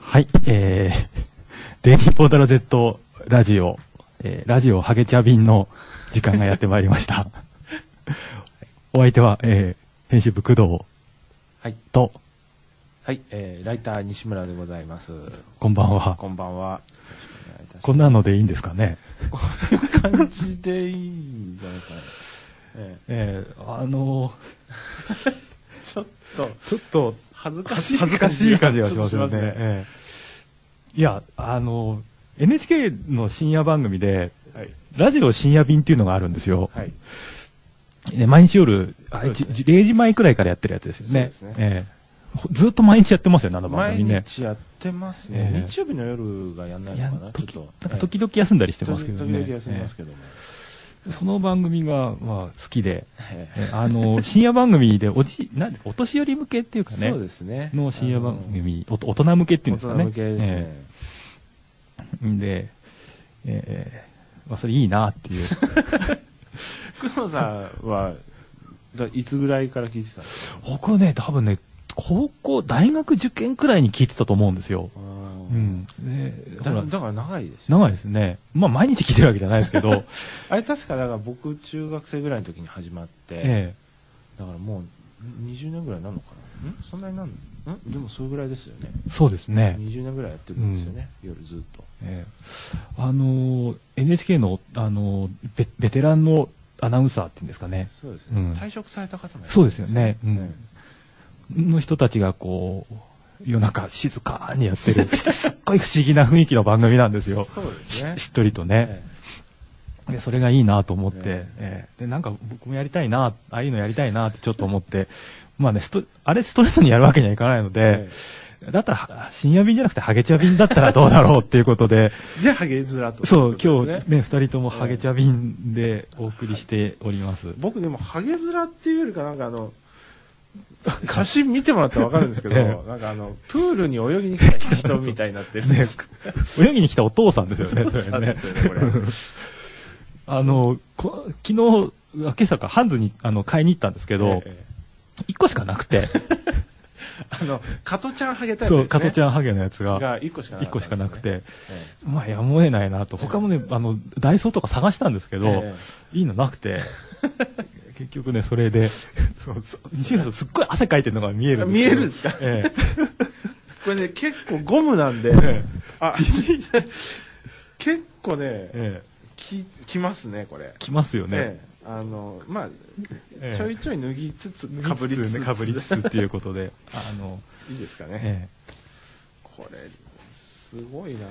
はい、えー、 電気ポータル Z ラジオ、えー、ラジオハゲチャ便の時間がやってまいりました。 お相手は、えー、編集部工藤はい。と、はい。えー、ライター西村でございます。こんばんは。こんばんは。こんなのでいいんですかね。こういう感じでいいんじゃないかな。ええー、あのーちょっと、ー、ちょっと、恥ずかしい恥ずかしい感じがしますよちょっとねし。えーいや、あのー、NHK の深夜番組で、はい。ラジオ深夜便っていうのがあるんですよ。はい。ね、毎日夜、あそうですねじ0時前くらいからやってるやつですよね。そうですねええほずっと毎日やってますよね、あの番毎組ね。日やってますね、ええ日曜日の夜がやんないのかいなやちょっ時と。なんか時々休んだりしてますけどね。時々休みますけども。ええその番組が、まあ、好きで、えええあの、 深夜番組でおじ、なんてお年寄り向けっていうかね、そうですね。の深夜番組、お大人向けっていうんですかね。大人向けですね。ええんで、ええまあ、それいいなって いう。久野さんは、だいつぐらいから聞いてたんですか僕ね、多分ね、高校、大学受験くらいに聞いてたと思うんですよ。ううん。でだほらだから長いですよ。長いですね。まあ、毎日聞いてるわけじゃないですけ ど、あれ確かだから僕中学生ぐらいの時に始まって、えだからもうん20年ぐらいになるのかな。んそんなになんのんでもそれぐらいですよね。えそうですね。 20年ぐらいやってるんですよね、夜ずっと。ええあのー、NHK の、あのーベ、ベテランのアナウンサーっていうんですかね、そうですね、うん退職された方もいらっしゃるそうですよねんうんの人たちがこう、夜中静かにやって る、すすっごい不思議な雰囲気の番組なんですよ。そうですねししっとりとね。えで、それがいいなと思って、ねええで、なんか僕もやりたいな、ああいうのやりたいなってちょっと思って、まあね、ストあれストレートにやるわけにはいかないので、えだったらは、深夜便じゃなくて、ハゲチャ便だったらどうだろうっていうこと で、えじゃあ、ハゲヅラと、そう、とい今こと日ですねね、二人ともハゲチャ便でお送りしております。僕でもハゲヅラっていうよりかなんかあの 写真見てもらったらわかるんですけど、えなんかあのプールに泳ぎに来た人みたいになってるんですか、泳ぎに来たお父さんですよね、そそれうでねす。よねこれ あの、こ昨日、今朝か、ハンズにあの買いに行ったんですけど、ええ一個しかなく て、あの加トちゃんハゲタイプです、そね、う、加トちゃんんハゲのやつが、が1個しかな一個しかなくて、えまあ、やむを得ないなと。他もね、あの、ダイソーとか探したんですけど、えいいのなく て、結局ね、それで、そうそう西村さん、すっごい汗かいてるのが見えるんですよ見えるんですかええこれね結構ゴムなんで、 ええあ結構ね、ええききますねこれ、来ますよねえ。えあのまあ、ええちょいちょい脱ぎつつかぶ被りつつね、かぶりつつっていうことで、あの、 いいですかね、えこれすごいなえ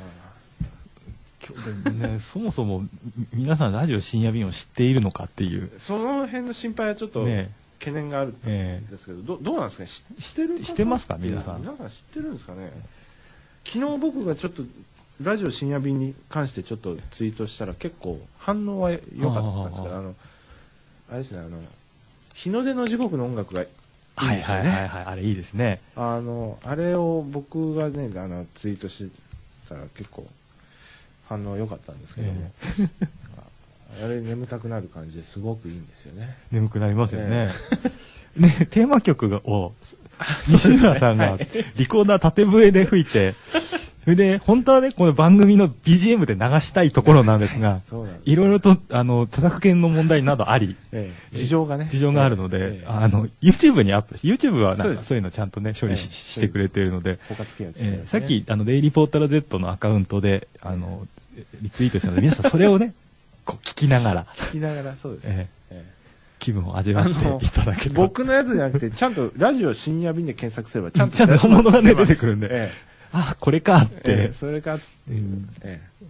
今日でね、そもそもみ皆さんラジオ深夜便を知っているのかっていう、その辺の心配はちょっとね懸念があるんえですけど、どどうなんですかねし知ってる方してますか皆さん皆さん知ってるんですかね昨日僕がちょっとラジオ深夜便に関してちょっとツイートしたら結構反応は良かったんですけどあああのあれですねあの日の出の時刻の音楽がいいんですよね、いはい、あれいいですね。あのあれを僕がねあのツイートしてたら結構反応良かったんですけども、 あれ眠たくなる感じですごくいいんですよね眠くなりますよね。 ね、テーマ曲を、西村さんがリコーダー縦笛で吹いて、それで、本当はね、この番組の BGM で流したいところなんですが、そうなんですいろいろと、あの、著作権の問題などあり、ええ事情がね事情があるのでえ、えあの、YouTube にアップして、YouTube はそなうんでかすそういうのちゃんとね、処理しええしてくれているので、包括契約してるんえでーすさねっき、あの、デイリーポータル Z のアカウントで、あの、リツイートしたので、皆さんそれをね、こう聞きながら、聞きながらそうですね、え気分を味えわっていただければ。僕のやつじゃなくてちゃんとラジオ深夜便で検索すればちゃんとちゃんと本物がね出てくるんでえあ、これかっえて、ええそれが、うんええ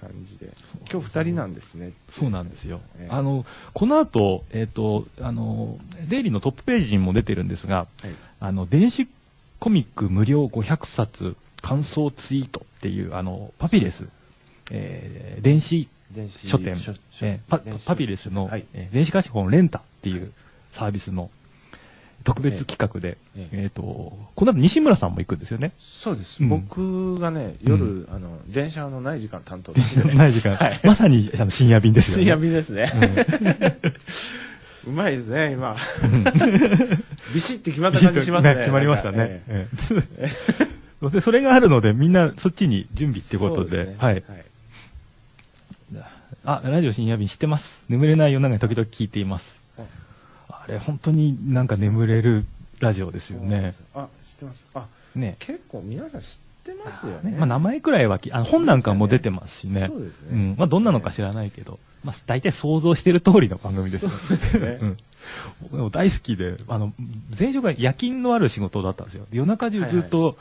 感じで今日二人なんですねそうなんですよ。ええあの、この後、えっ、と、あの、デイリーのトップページにも出てるんですが、はいあの、電子コミック無料500冊感想ツイートっていう、あの、パピレス、えー電子電子書店、えーパ電子パピレスの、はいえー電子貸本レンタっていうサービスの特別企画で、ええっえ、と、この後西村さんも行くんですよね。そうです、うん僕がね夜、うあの電車のない時間担当で電す子 のない時間、はいまさにあの深夜便ですよね。深夜便ですね、うんうまいですね 今んビシッて決まった感じしますね決まりましたなんかね。ええ そうで、それがあるので、みんなそっちに準備ってことそうで、すねはい。あ、ラジオ深夜便知ってます。眠れない夜中に時々聞いています。はいあれ、本当になんか眠れるラジオですよね。あ知ってますあね。結構皆さん知ってますよねねまあ、名前くらいはき、あの本なんかも出てますしね。そうですねん。まあ、どんなのか知らないけど、まあ、大体想像してる通りの番組ですね。そうですねうん。僕でも大好きで、あの、前職が夜勤のある仕事だったんですよ。で夜中中ずっと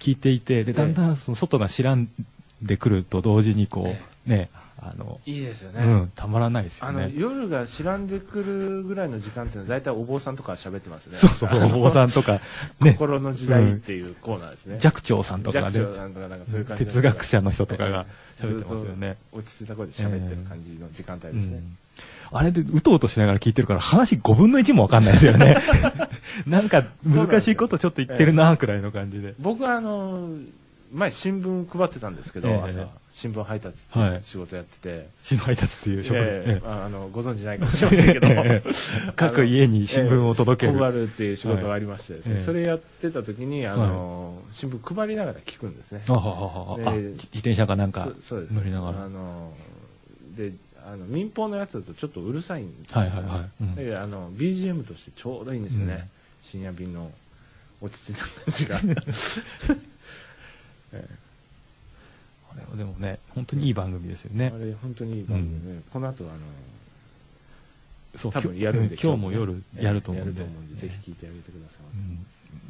聞いていて、で、だんだんその外が知らんでくると同時にこう、えね、あの、いいですよね、うん、たまらないですよあのね。夜が知らんでくるぐらいの時間っていうのは大体お坊さんとか喋ってますねそうそうそう、お坊 さんとか、ね、心の時代っていうコーナーですね、寂聴さんとかね寂聴さんとかなんかそういう感じの哲学者の人とかが喋ってますよね。ずっと落ち着いた声で喋ってる感じの時間帯ですね、うんあれでうとうとしながら聞いてるから話5分の1もわかんないですよ ね。なんか難しいことちょっと言ってるなくらいの感じで。僕はあの前新聞配ってたんですけど、ええ朝新聞配達ってはいうい仕事やってて、新配達という職業。ええええああのご存知ないかもしれませんけど ええ各家に新聞を届けるええ配るっていう仕事がありましてですね、はいええそれやってた時にあの、新聞配りながら聞くんですねあははははあええ自転車かなんかそそうです乗りながら。あはのであの民放のやつだとちょっとうるさいんですよいはいはい。うんだけどあの BGM としてちょうどいいんですよね、うん深夜便の落ち着いた感じが えあれでもね、本当にいい番組ですよえねあ。れ本当にいい番組で、この後あのそう多分やるんで今日も夜やると思うんで。やるんでぜひ聞いてあげてください、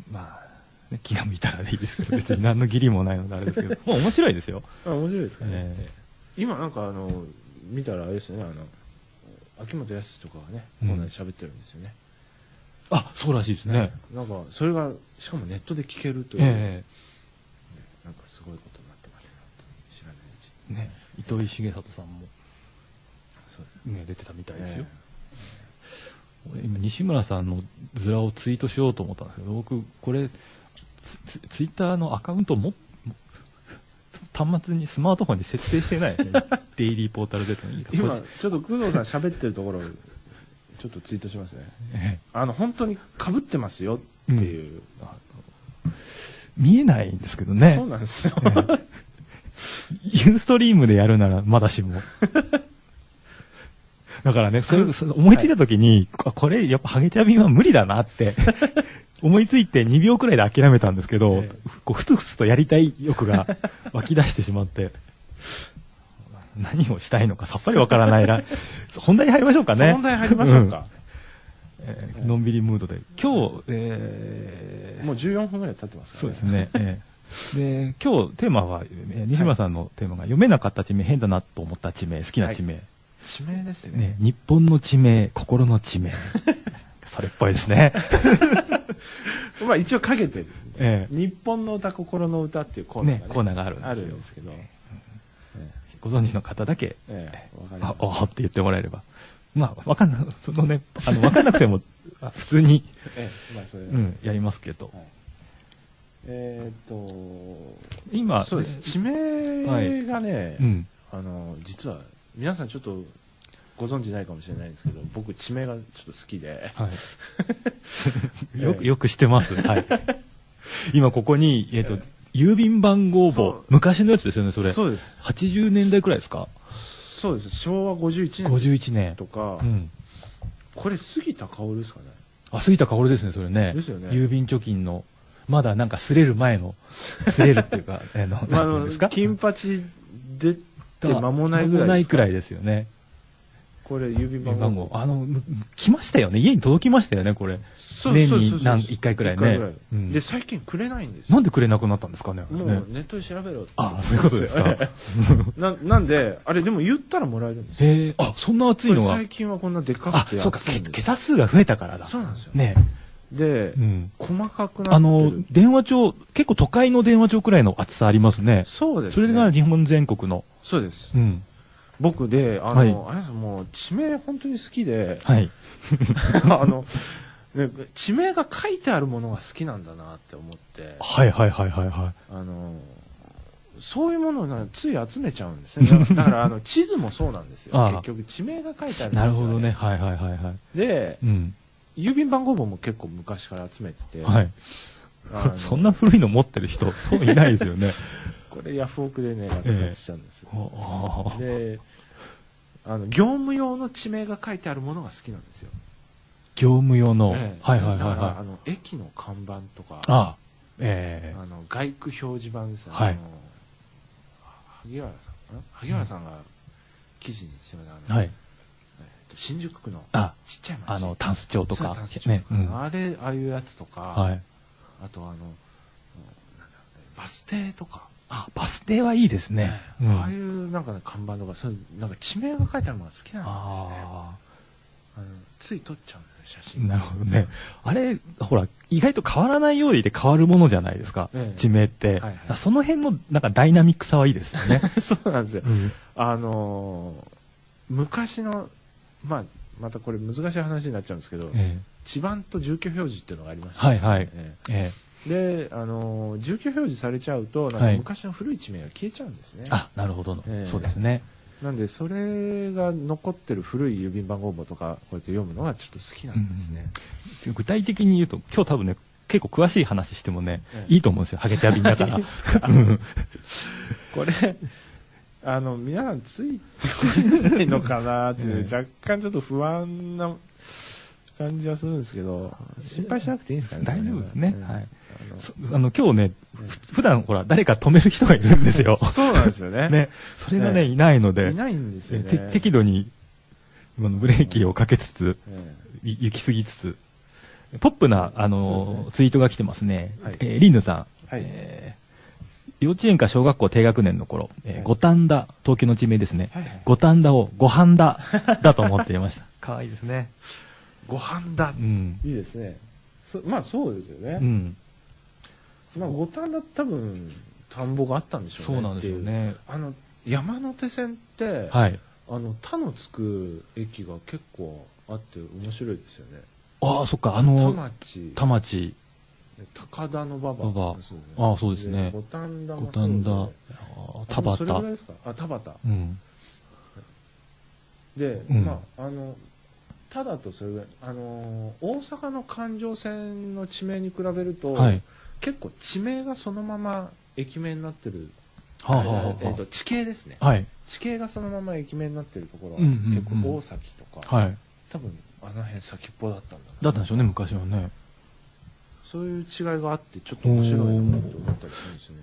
うんまあ、ね、気が向いたらでいいですけど、別 に何の義理もないのであれですけど、もう面白いですよ。あ面白いですかね、え今なんかあの見たらあれですねあの秋元康とかがねうこんんなに喋ってるんですよね、あ、そうらしいですね。なんかそれがしかもネットで聞けるという、えなんかすごいことになってますね本当に知らないうちにえね、糸井重里さんも、そうね、出てたみたいですよ。ええ俺今、西村さんのズラをツイートしようと思ったんですけど、僕、これ、ツツツイッターのアカウントも、も端末にスマートフォンに設定してない、ね、 デイリーポータル Z のいいか今これちょっと工藤さん喋ってるところちょっとツイートしますねええあの本当にかぶってますよっていう、あの見えないんですけどね。そうなんですよ、ユーストリームでやるならまだし も。だからね、それ、それ思いついた時に、あこれ、やっぱハゲチャビンは無理だなって、 思いついて2秒くらいで諦めたんですけど、ええふこうふつふつとやりたい欲が 湧き出してしまって、何をしたいのかさっぱりわからないな。 本題に入りましょうかね。問題入りま しょうか、うん。えーのんびりムードで。今日、えーもう14分ぐらい経ってますかそら、うですね。ええで、今日テーマは、えー西村さんのテーマが、読めなかった地名、変だなと思った地名、好きな地名。地名ですねね、日本の地名、心の地 名。それっぽいですね。まあ一応かけてるええ日本の歌心の歌っていうコーナーねが、、コーナーがあるんあでするよん。ですけど、えご存知の方だけ、ええわかりまあす、おーって言ってもらえれば。まあ、わかんな、そのね、あの、わかんなくても、あ普通に、え えまあそれは、うん、やりますけどは。いえーっと今、そうですね地名がね、うん。あの実は皆さんちょっとご存知ないかもしれないんですけど僕地名がちょっと好きで、はい。えよく、よくしてます。はい。今ここに、えっ、とえ、郵便番号そ簿う、昔のやつですよね、それ。そうです80年代くらいですかそうです昭和51年51年と。か、うん。これ杉田薫ですかねあ、杉田薫ですね、それね。ですよね郵便貯金の、まだなんか擦れる前の、擦れるっていう か、あの、なんてまああいうんのですか金八出て間もないぐら間もいでないすかくらいですよね。これ郵便郵便番番号号。あの、む来ましたよね。家に届きましたよね、これ。そう年にそうそうそう何一回くらいね一うんで最近くれないんですよなんでくれなくなったんですかね、あれもうね。ネットで調べろってあそういうことです か。へななんであれでも言ったらもらえるんですよえ、あ、そんな熱いこれのが。最近はこんなでかあく、てそうか、厚いけんです桁数が増えたからだ。そうなんですよね。で、うん。細かくなってるあの、電話帳、結構都会の電話帳くらいの厚さありますね。そうです、そね、れが日本全国の。そうです、うん。僕であの、はいあれですもう地名本当に好きではい。 あの、ね、地名が書いてあるものが好きなんだなって思ってはいはいはいはいはあのそういうものをなつい集めちゃうんです ねだだからあの地図もそうなんですよああ結局地名が書いてあるんですよ、い。なるほどね。はいはいはいはい。でうん。郵便番号簿も結構昔から集めてて、はい。あ のそんな古いの持ってる人、そういないですよね。 これヤフオクでね落札したんですよ、おおーであの業務用の地名が書いてあるものが好きなんですよ、業務用の、ええはいはいはいだからあはい。の駅の看板とかあ、えあの外区表示板ですよ、はいあの萩原さんかな萩原さんが記事にしてました、あえのはい。えっと新宿区のあ、ちっちゃい町あの、タンス帳とそうか炭素、ね。とうかんあれああいうやつとか、はい。あとあのうんなんだバス停とか、あ、バス停はいいですね。うああいん。うなんか、ね、看板とかそういうなんか地名が書いてあるのが好きなんですねああのつい撮っちゃうんですよ写ー真なるほどね。あれ、ほら、意外と変わらないようでいて変わるものじゃないですかえ。え地名って。いだはいからその辺の、なんかダイナミックさはいいですよね。そうなんですようんあのー昔の、まあ、またこれ難しい話になっちゃうんですけど、え地盤と住居表示っていうのがありまして、はいはいえええええで、あのー住居表示されちゃうとなはんかい昔の古い地名が消えちゃうんですね、あ、なるほどのええ。そうですね。なんでそれが残ってる古い郵便番号簿とかこうやって読むのがちょっと好きなんですね、具体的に言うと、今日多分ね、結構詳しい話してもね、ええいいと思うんですよ、ハゲチャビンだから。いいですかうんこれあの皆さんついてこれないのかなっていう、ええ若干ちょっと不安な感じはするんですけど心配しなくていいんですかね大丈夫ですねうんはいあのそあの、今日ね、ふ普段ほら、誰か止める人がいるんですよ。そうなんですよね ね、それがね、ええいないので、いないんですよねて適度に、あのブレーキをかけつつ、ええい行き過ぎつつ、ポップな、あそうでのす、ねツイートが来てますね。はいえーリンヌさん。はいえー幼稚園か小学校低学年の頃、えーはい五反田、東京の地名ですねはいはい。五反田を五反田 だと思っていました。可愛いですね。ご飯だ、うん。いいですねそまあそうですよね、うん。まあ五反田多分田んぼがあったんでしょうねそうなんですよっていうね。あの山手線って、はい。あの「田」のつく駅が結構あって面白いですよねああ、そっか、あ田の、町田町、高田の馬場馬場そうですねああそうですねで五反田五もそうで反田、あー田あでもそれぐらい畑。ですかあ田畑うん。で、んまああのただとそれぐらいあのー大阪の環状線の地名に比べると、はい。結構地名がそのまま駅名になってる、はあ、はあはえーと地形ですねあ、はい。地形がそのまま駅名になってるところは、うんうんうん結構大崎とか、はい。多分あの辺先っぽだったんだなだったんでしょうね、昔はね。そういう違いがあってちょっと面白いなって思ったりするんですよね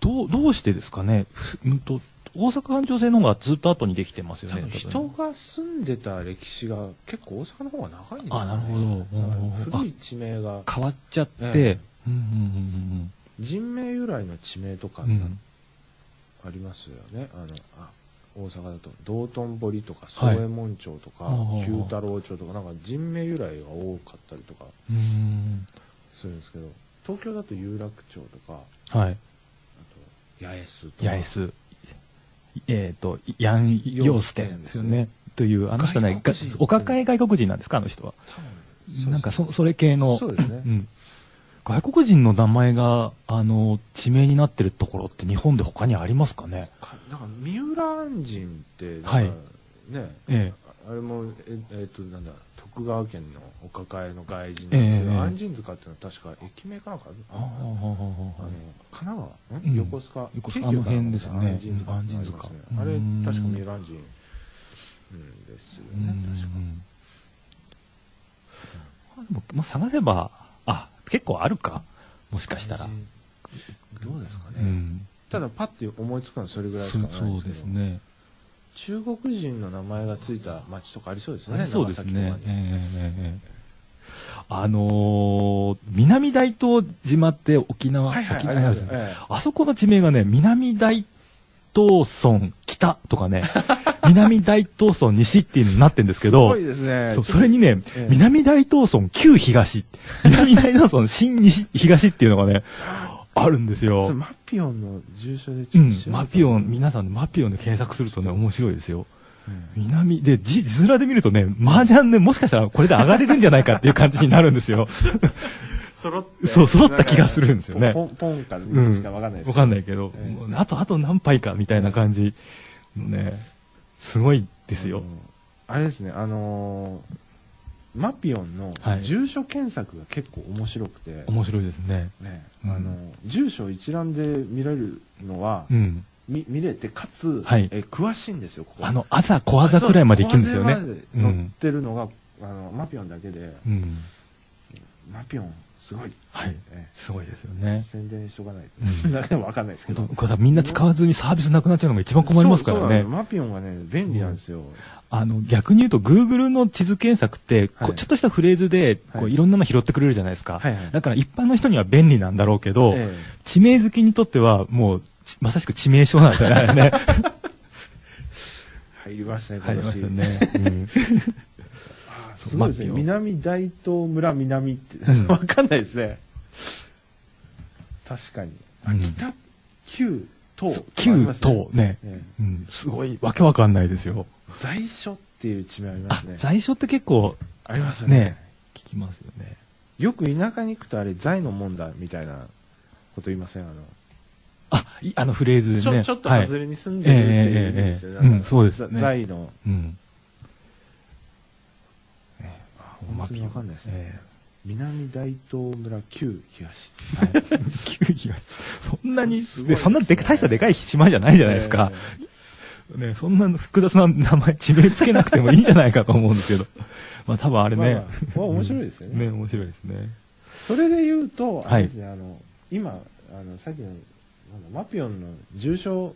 どう、どうしてですかね。ふうんと、大阪環状線の方がずっと後にできてますよ多ね。分人が住んでた歴史が結構大阪の方が長いんですよねあなるほどうんだから古い地名が変わっちゃって、ええうんうん人名由来の地名とかうんうん。うん。ありますよね、あのあ大阪だと道頓堀とか宗はい右衛門町とか、ああ九太郎町とかなんか人名由来が多かったりとかうんするんですけど東京だと有楽町とかはい。あと八重洲とか八重洲。えっ、と、ヤン・ヨーステンですよね。という、あの人ね、が外国人お抱え外国人なんですか、あの人は。多分そうですなんかそ、それ系の。そうですねうん。外国人の名前が、あの、地名になってるところって日本で他にありますかねかなんか三浦安人ってなんか、はいねえああれもええっとなんだ徳川県のお抱えの外人なんですけど、ええ安人塚っていうのは確か駅名かなんかあるえ。あの神奈川、んうん横須賀横須賀京急あの辺ですよね安人塚安人塚ありうんますねあれ確か三浦安人、うん、ですよね確かうんでももう探せば、あ、結構あるか。もしかしたら。安人どうですかね、うん。ただパッと思いつくのはそれぐらいしそかなういそうですけどですね。中国人の名前がついた町とかありそうですよねそうですねえ長。崎とかにえええええあのー南大東島って沖縄、はいはい沖縄ありあまるすじゃないええあそこの地名がね、南大東村北とか ね、南大東村西っていうのになってるんですけど、すごいですねそうそれにね、ええ南大東村旧 東、南大東村新西東っていうのがね、あるんですそれよ。マピオンの住所でうちょっんと調べて、マピオン、皆さんマピオンで検索するとね、面白いですよ。うん南、で、字、字面で見るとね、麻雀ね、もしかしたらこれで上がれるんじゃないかっていう感じになるんです よ。揃ってそう揃った気がするんですよねポンポンかしかわかんないです、わかんないけど、えもえうあと、あと何杯かみたいな感じのね、すごいですよう。んあれですねあのーマピオンのはい住所検索が結構面白くて、面白いですね。ねうんあの住所一覧で見れるのは、うん。み見れてかつ、はいえー詳しいんですよここあの、朝、小技くらいまで行くんですよね。そう小技うまで載っん。てるのが、あのマピオンだけで、うん。マピオンすごい、はい。えーすごいですよね。宣伝しとかないうんと、わかんないですけ本ど当これさみんな使わずにサービスなくなっちゃうのが一番困りますからそうそうなねの。マピオンがね便利なんですよ、あの、逆に言うと、Google の地図検索って、こうはいちょっとしたフレーズで、こはう、いいろんなの拾ってくれるじゃないですか。はいはいだから一般の人には便利なんだろうけど、え地名好きにとっては、もう、ちまさしく致命傷なんですよねあれ ね。え入りましたね入今ります年よね。うんあすごいですねマピオン南大東村南って、うん わかんないですね確かに、あうん北旧そ東う旧東ねえうえん。すごい、わけわかんないですよ。在所っていう地名ありまあす、ね在所って結構、ありますよねね、聞きますよね。よく田舎に行くとあれ在のもんだみたいなこと言いませんあのあ、いあのフレーズね。ちょちょっとはい外れに住んでるっていう意味ですよねええええええなんかうんそうですね在のうん。本当にわかんないですね、え南大東村旧 東え旧 東そんなに、すごいでですねそんなでか大したでかい島じゃないじゃないですか。ね、そんな複雑な名前、地名つけなくてもいいんじゃないかと思うんですけど。 まあ多分あえれーね。まあまあ面白いですよね ね、面白いですね。それで言うと、はいあれですね、あの、今、あの、さっきの、なんだマピオンの重症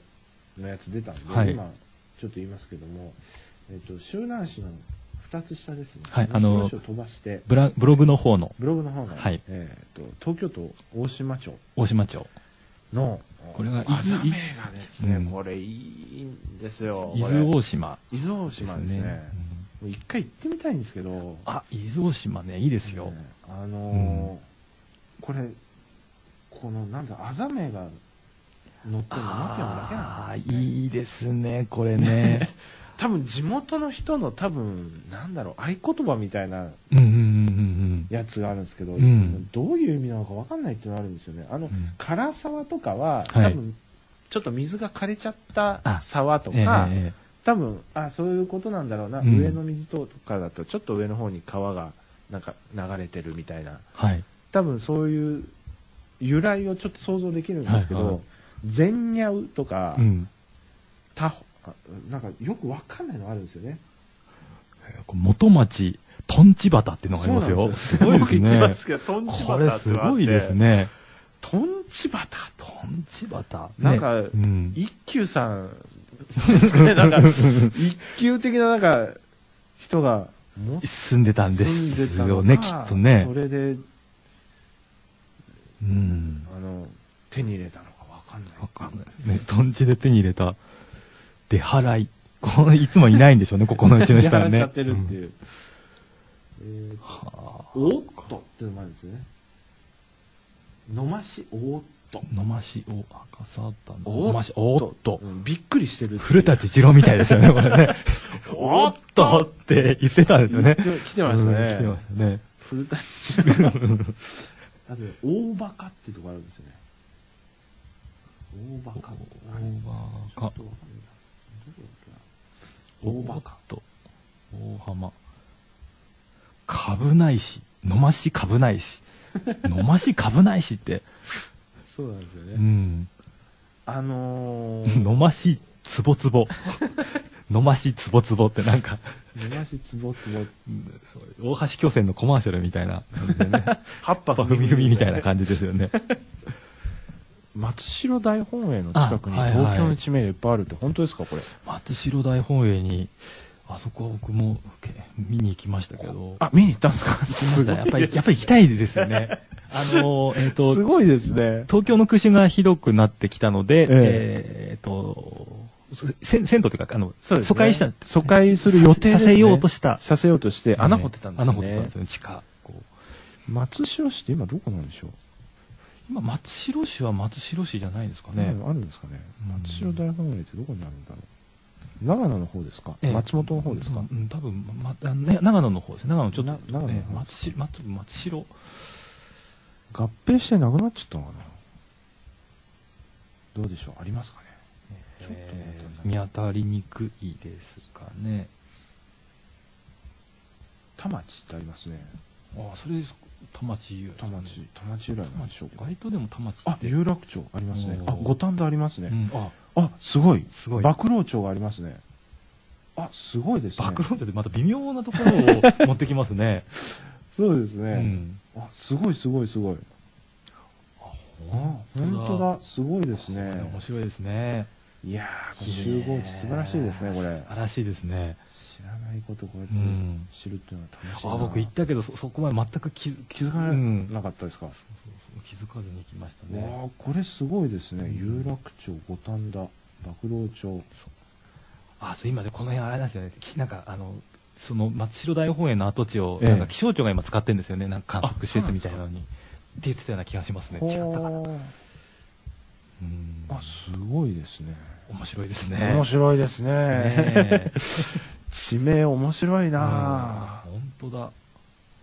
のやつ出たんで、はい今、ちょっと言いますけども、えっ、と、周南市の2つ下ですね。はいあの西尾市を飛ばして、ブラブログの方のブログの方が、はいえっ、と、東京都大島町大島町。の、これが伊豆あざめがですね、うんこれいいんですよ。伊これ豆大島伊豆大です島ですね。ね。もう一回行ってみたいんですけど、あ、伊豆大島ね、いいですよ。ねあのーうんこれこのなんだアザメが乗ってるのマピオンだけなあのあかもしー、れないいいですね、これね。多分地元の人の多分なんだろう合言葉みたいな うんうんうんやつがあるんですけど、うんどういう意味なのか分かんないっていうのがあるんですよねあの、うん唐沢とかは、はい多分ちょっと水が枯れちゃったあ沢とうんうん。ええか、え多分あそういうことなんだろうな、うん上の水とかだとちょっと上の方に川がなんか流れてるみたいなえはい。多分そういう由来をちょっと想像できるんですけはいはいど「善ニャウ」とかうん。 「タホ」あなんかよくわかんないのあるんですよね。こう元町、トンチバタっていうのがありますそうよ。なんですごいです僕一番好ね。きなトンチこバれタってすのがあってごいです。ね。トンチバタとトンチバタ。なんかねうん一休さんで すかねなんか一休的ななんか人が持って住んでたんですよね、きっとねそ。れでうん。あの手に入れたのかわかんない。わかんない。ね、トンチで手に入れた、出払い。このいつもいないんでしょうね、ここのうちの人はね。やられちゃってるってうんいう。えーはあおっとっていうのもあるんですね。飲ましおっと。のましお、赤さったおのまし、おっとう。んびっくりしてるっていう。古舘二郎みたいですよね、これね。おおっっとって言ってたんですよね。言って来てましたねうん来てましたね。古舘二郎。あとね、大バカっていうところあるんですよね。大大バカ。ちょバっカと。わかんないなどこだっけな大バカ。と。大浜。株ないし。のまし株ない し。のまし株ないしって。そうなんですようね。ん。あのー、のましつぼつぼ。のましつぼつぼってなんか、飲ましつぼつぼ。うんそう大橋巨泉のコマーシャルみたいな感じで ね。葉っぱパフみふみみたいな感じですよね。松代大本営の近くにあはいはい東京の地名がいっぱいあるって本当ですかこれ 松代大本営に、あそこは僕もけ見に行きましたけど。あ見に行ったんですかすごいやっぱり、やっぱり行きたいですよ ね。あの、えっ、と、すごいですね東京の空襲がひどくなってきたので、ええっ、と、せ銭湯というか、あの、そうですね疎開した、疎開する予定ですねさせようとした。させようとして穴掘ってたんですよ穴掘ってたんねですよね、地下。こう松代市って今どこなんでしょう今、松代市は松代市じゃないですかね。あるんですかねうん松代大本営ってどこにあるんだろう長野の方ですかええ松本の方ですかうん、多分、ま、あね長野の方ですね。長野ちょっとな、長野の方ええ松代、松松代。合併してなくなっちゃったのかなどうでしょうありますかねちょっとえーね見当たりにくいですかね。田町ってありますねああそれ田町由来田町田町由来なんでしょうかバイトでも田町あって有楽町ありますねおーあ五反田ありますね、うんああすごいすごい。馬郎町がありますねあすごいですねバックロンドでまた微妙なところを持ってきます ね。そうですねう、ん。あすごいすごいすごいあ本本当だ当だすごいですね面白いですね。いやーこの集合地素晴らしいですねこれ素晴らしいですね。知らないことこうやってうん知るっていうのは楽しいな、あ、僕行ったけど、そ、そこまで全く気づ、気づかな,、うんかったですか、気づかずに行きましたわね。あこれすごいですね、うん有楽町五反田馬郎町あ、そう、今でこの辺あれなんですよね。きなんか、あの、その松代大本営の跡地を、ええなんか気象庁が今使ってるんですよね。なんか観測施設みたいなのに。って言ってたような気がしますね。違ったかな。ほうんーあすごいですね面白いですね。面白いですねねえ地名面白いあなあ、本当だ。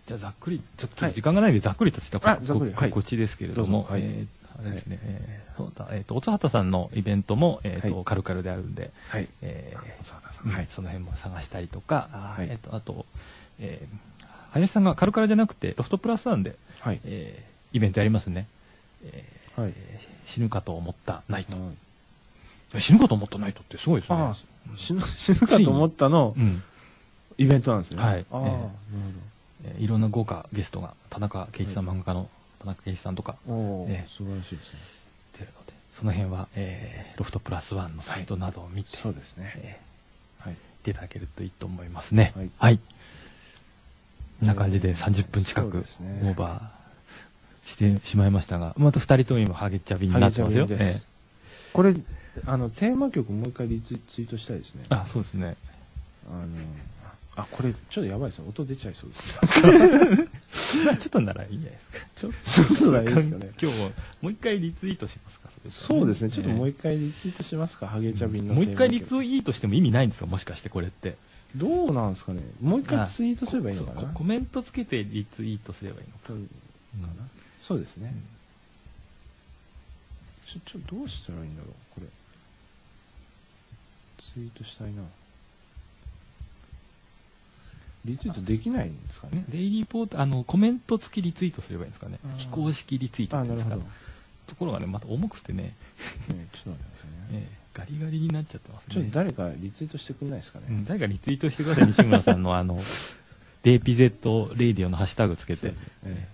じゃあざっくり、ちょっと時間がないんで、ざっくりとしたこあざっくりこはい告知ですけれども、どうぞはいえーあれですね、えーそうだ、えっと、乙畑さんのイベントも、えっはと、いカルカルであるんで、はいえー小坂さんうんはいその辺も探したりとか、あーはいえっと、あと、えー林さんがカルカルじゃなくて、ロフトプラスワンで、はいえーイベントやりますね。えはいー死ぬかと思ったナイト。死ぬかと思ったナイトってすごいですね。ああ死ぬ死ぬかと思ったのうん。イベントなんですねはいああええなるえーいろんな豪華ゲストが、田中圭一さん、漫画家の田中圭一さんとかほどおおええ素晴らしいですね出るので、その辺は、えーロフトプラスワンのサイトなどを見て、そうですねえはいー出ていただけるといいと思いますね。ははいい。こんな感じで30分近そうくですねオーバーしてしまいましたが、また2人とも今、ハゲチャビになってますよ。ハゲチャビですこれあのテーマ曲もう一回リツイツイートしたいですねえーあ、そうですね。あのあこれちょっとやばいですね音出ちゃいそうですまあちょっとならいいじゃないですか。 ちょちょっと大丈夫ですかね今日も、もう一回リツイートしますか。そうですねちょっともう一一回リツイートしますかハゲチャビンのもう一回リツイートイートしても意味ないんですかもしかしてこれって。どうなんですかねもう一回ツイートすればいいのかそうなココメントつけてリツイートすればいいのかな、そうですねちょちょどうしたらいいんだろうこれツイートしたいなリツイートできないんですかねね、デイリーポートあのコメント付きリツイートすればいいんですかねあー非公式リツイートあっていなうんでるすほかど、ね、ところがねまた重くてね、ちょっと待ってくださいねええガリガリになっちゃってますねちょっと誰かリツイートしてくれないですかね、うん誰かリツイートしてください西村さんのあの DPZ レディオのハッシュタグつけそうて、ですね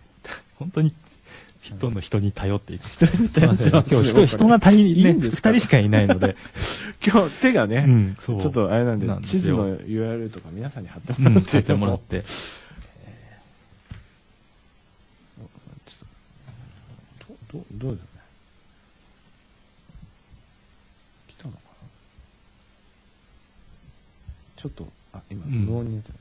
本当に人の人に頼っていく、頼ってます今日僕人は人が足りいねいん二ですか人しかいないので、今日手がね、うんそうちょっとあれなんでなんです地よ図の URL とか皆さんに貼ってうもん、らって、やってもらってちょっとどどどうですかね来たのかなちょっとあ今うん無音になってる、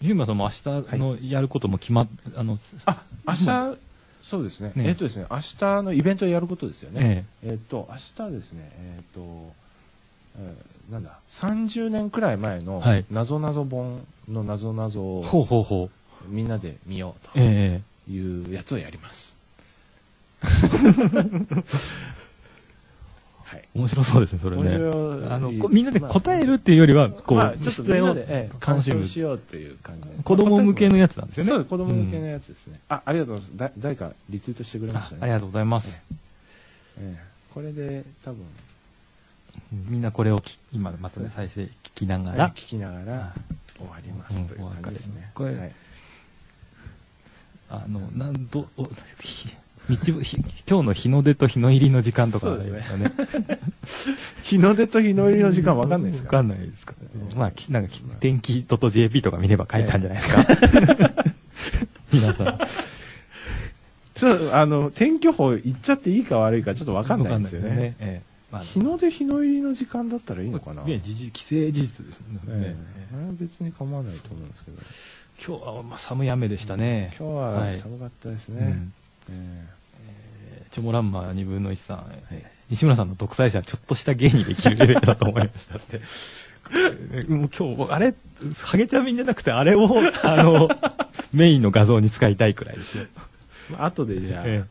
西村さんも明日のやることも決まっ、あのあ明日そうですねねえっとですね明日のイベントやることですよねええっと明日ですねえっとえーなんだ30年くらい前のはいなぞなぞ本のなぞなぞえをほうほうほうみんなで見ようとえいうやつをやり ます。はい。え面白そうですねそれね面白いあのこみんなで答えるっていうよりはこう、まあ、ちょっとみんなで、ええ、楽鑑しむ賞しようという感じで子供向けのやつなんですよねそうです子供向けのやつですね。あ、ありがとうございます。だ誰かリツイートしてくれまあしたね。ありがとうございます、ええこれで多分、みんなこれをき今またね再生聞きながはいら、聞きながら終わりますという感じですうんね。お別れはいあのなんどおひ道をひ今日の日の出と日の入りの時間とかそうですねあれかね日の出と日の入りの時間わかんないですわかかんないですか、まあきなんかき天気 .jp とか見れば書いてあるんじゃないですか、 皆さんちょっと、あの、天気予報言っちゃっていいか悪いかちょっとわかんないんですよわかんないね。ええまあ日の出日の入りの時間だったらいいのかな、ね時事既成事実ですもんね、ええあれは別に構わないと思うんですけど今日はまあ寒い雨でしたね。今日は寒かったですね、うんえチョモランマー2分の1さん、西村さんの独裁者はちょっとした芸にできるレベルだと思いましたって。 もう今日、あれ、ハゲチャミンじゃなくて、あれ を、あの、メインの画像に使いたいくらいですよ。えまあ後でじゃあ、 え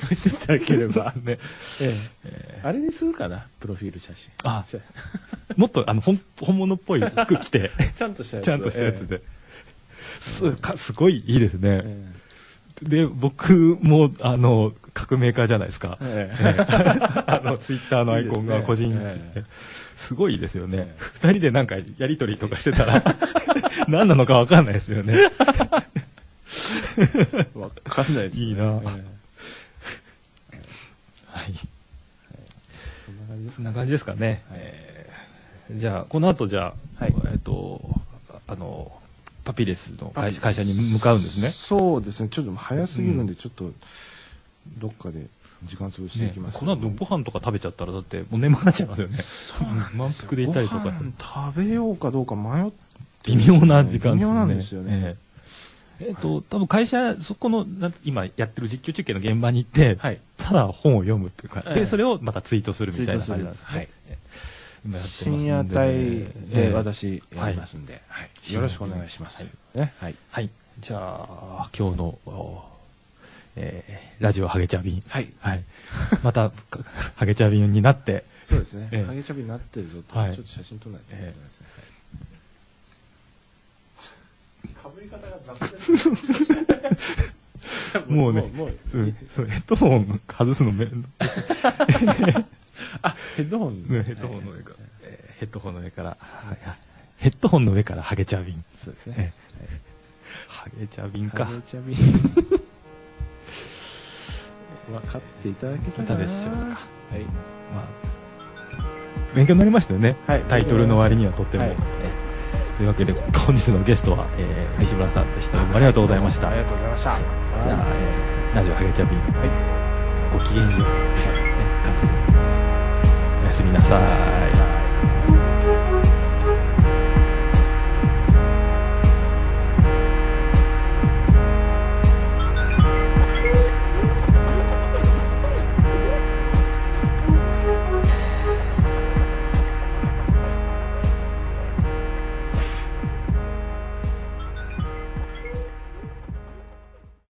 そう言っていただければ、ね、ええあれにするかなプロフィール写真あじゃもっと、あの、ほん本物っぽい服着て、 ちゃんとしたやつちゃんとしたやつで。えすかすごいいいですね。ええで、僕も、あの、革命家じゃないですか。ええね あの、ツイッターのアイコンいいがですね個人ええすごいですよねえ。二、人でなんかやりとりとかしてたら、 何なのかわかんないですよね。 わかんないですね。いいなええはい。そんな感じですそんな感じですかね。はいえーじゃあ、この後じゃあ、はいえっ、と、あの、パピレスのパピレ会ス会社に向かうんですね。そうですね、ちょっと早すぎるんで、ちょっと、どっかで時間潰していきます、この後ご飯とか食べちゃったら、だってもう眠くなっちゃいますよね。そうなんです満よ腹でいたりとかご飯食べようかどうか迷って。微妙な時間微妙なんですよね。。えーえっ、と、多分会社、そこの、なん今やってる実況中継の現場に行って、はい。ただ本を読むっていうか、えで、えそれをまたツイートするみたいな感じなんです、ツイートするね。今やってますんで深夜帯で私ええやりますんで、はいよろしくお願いします。ね。はい。はい。じゃあ、今日の、おえーラジオハゲチャビン。はい。はい。また、かハゲチャビンにな って、そうですね。ええハゲチャビになってるぞと、はいちょっと写真撮らないといけないですね。はい被り方が雑ですねもうねもううん、そうヘッドホン外すのめ、ね、あ、ヘッドホン。ヘッドホンの上から、えーヘッドホンの上から、はいはいヘッドホンの上からハゲチャビン。そうですえね。ーハゲチャビンかハ。ゲチャビ。 分かっていただけいたかかがなでしょうか。ははい。まあ、勉強になりましたよね。はいタイトルの割にはとっても。はいえーというわけで、本日のゲストは、えー西村さんでした。どうもありがとうございました。ありがとうございました。じゃあ、えーラジオハゲチャビン、ごきげんよう、ね、感じでおやすみなさい。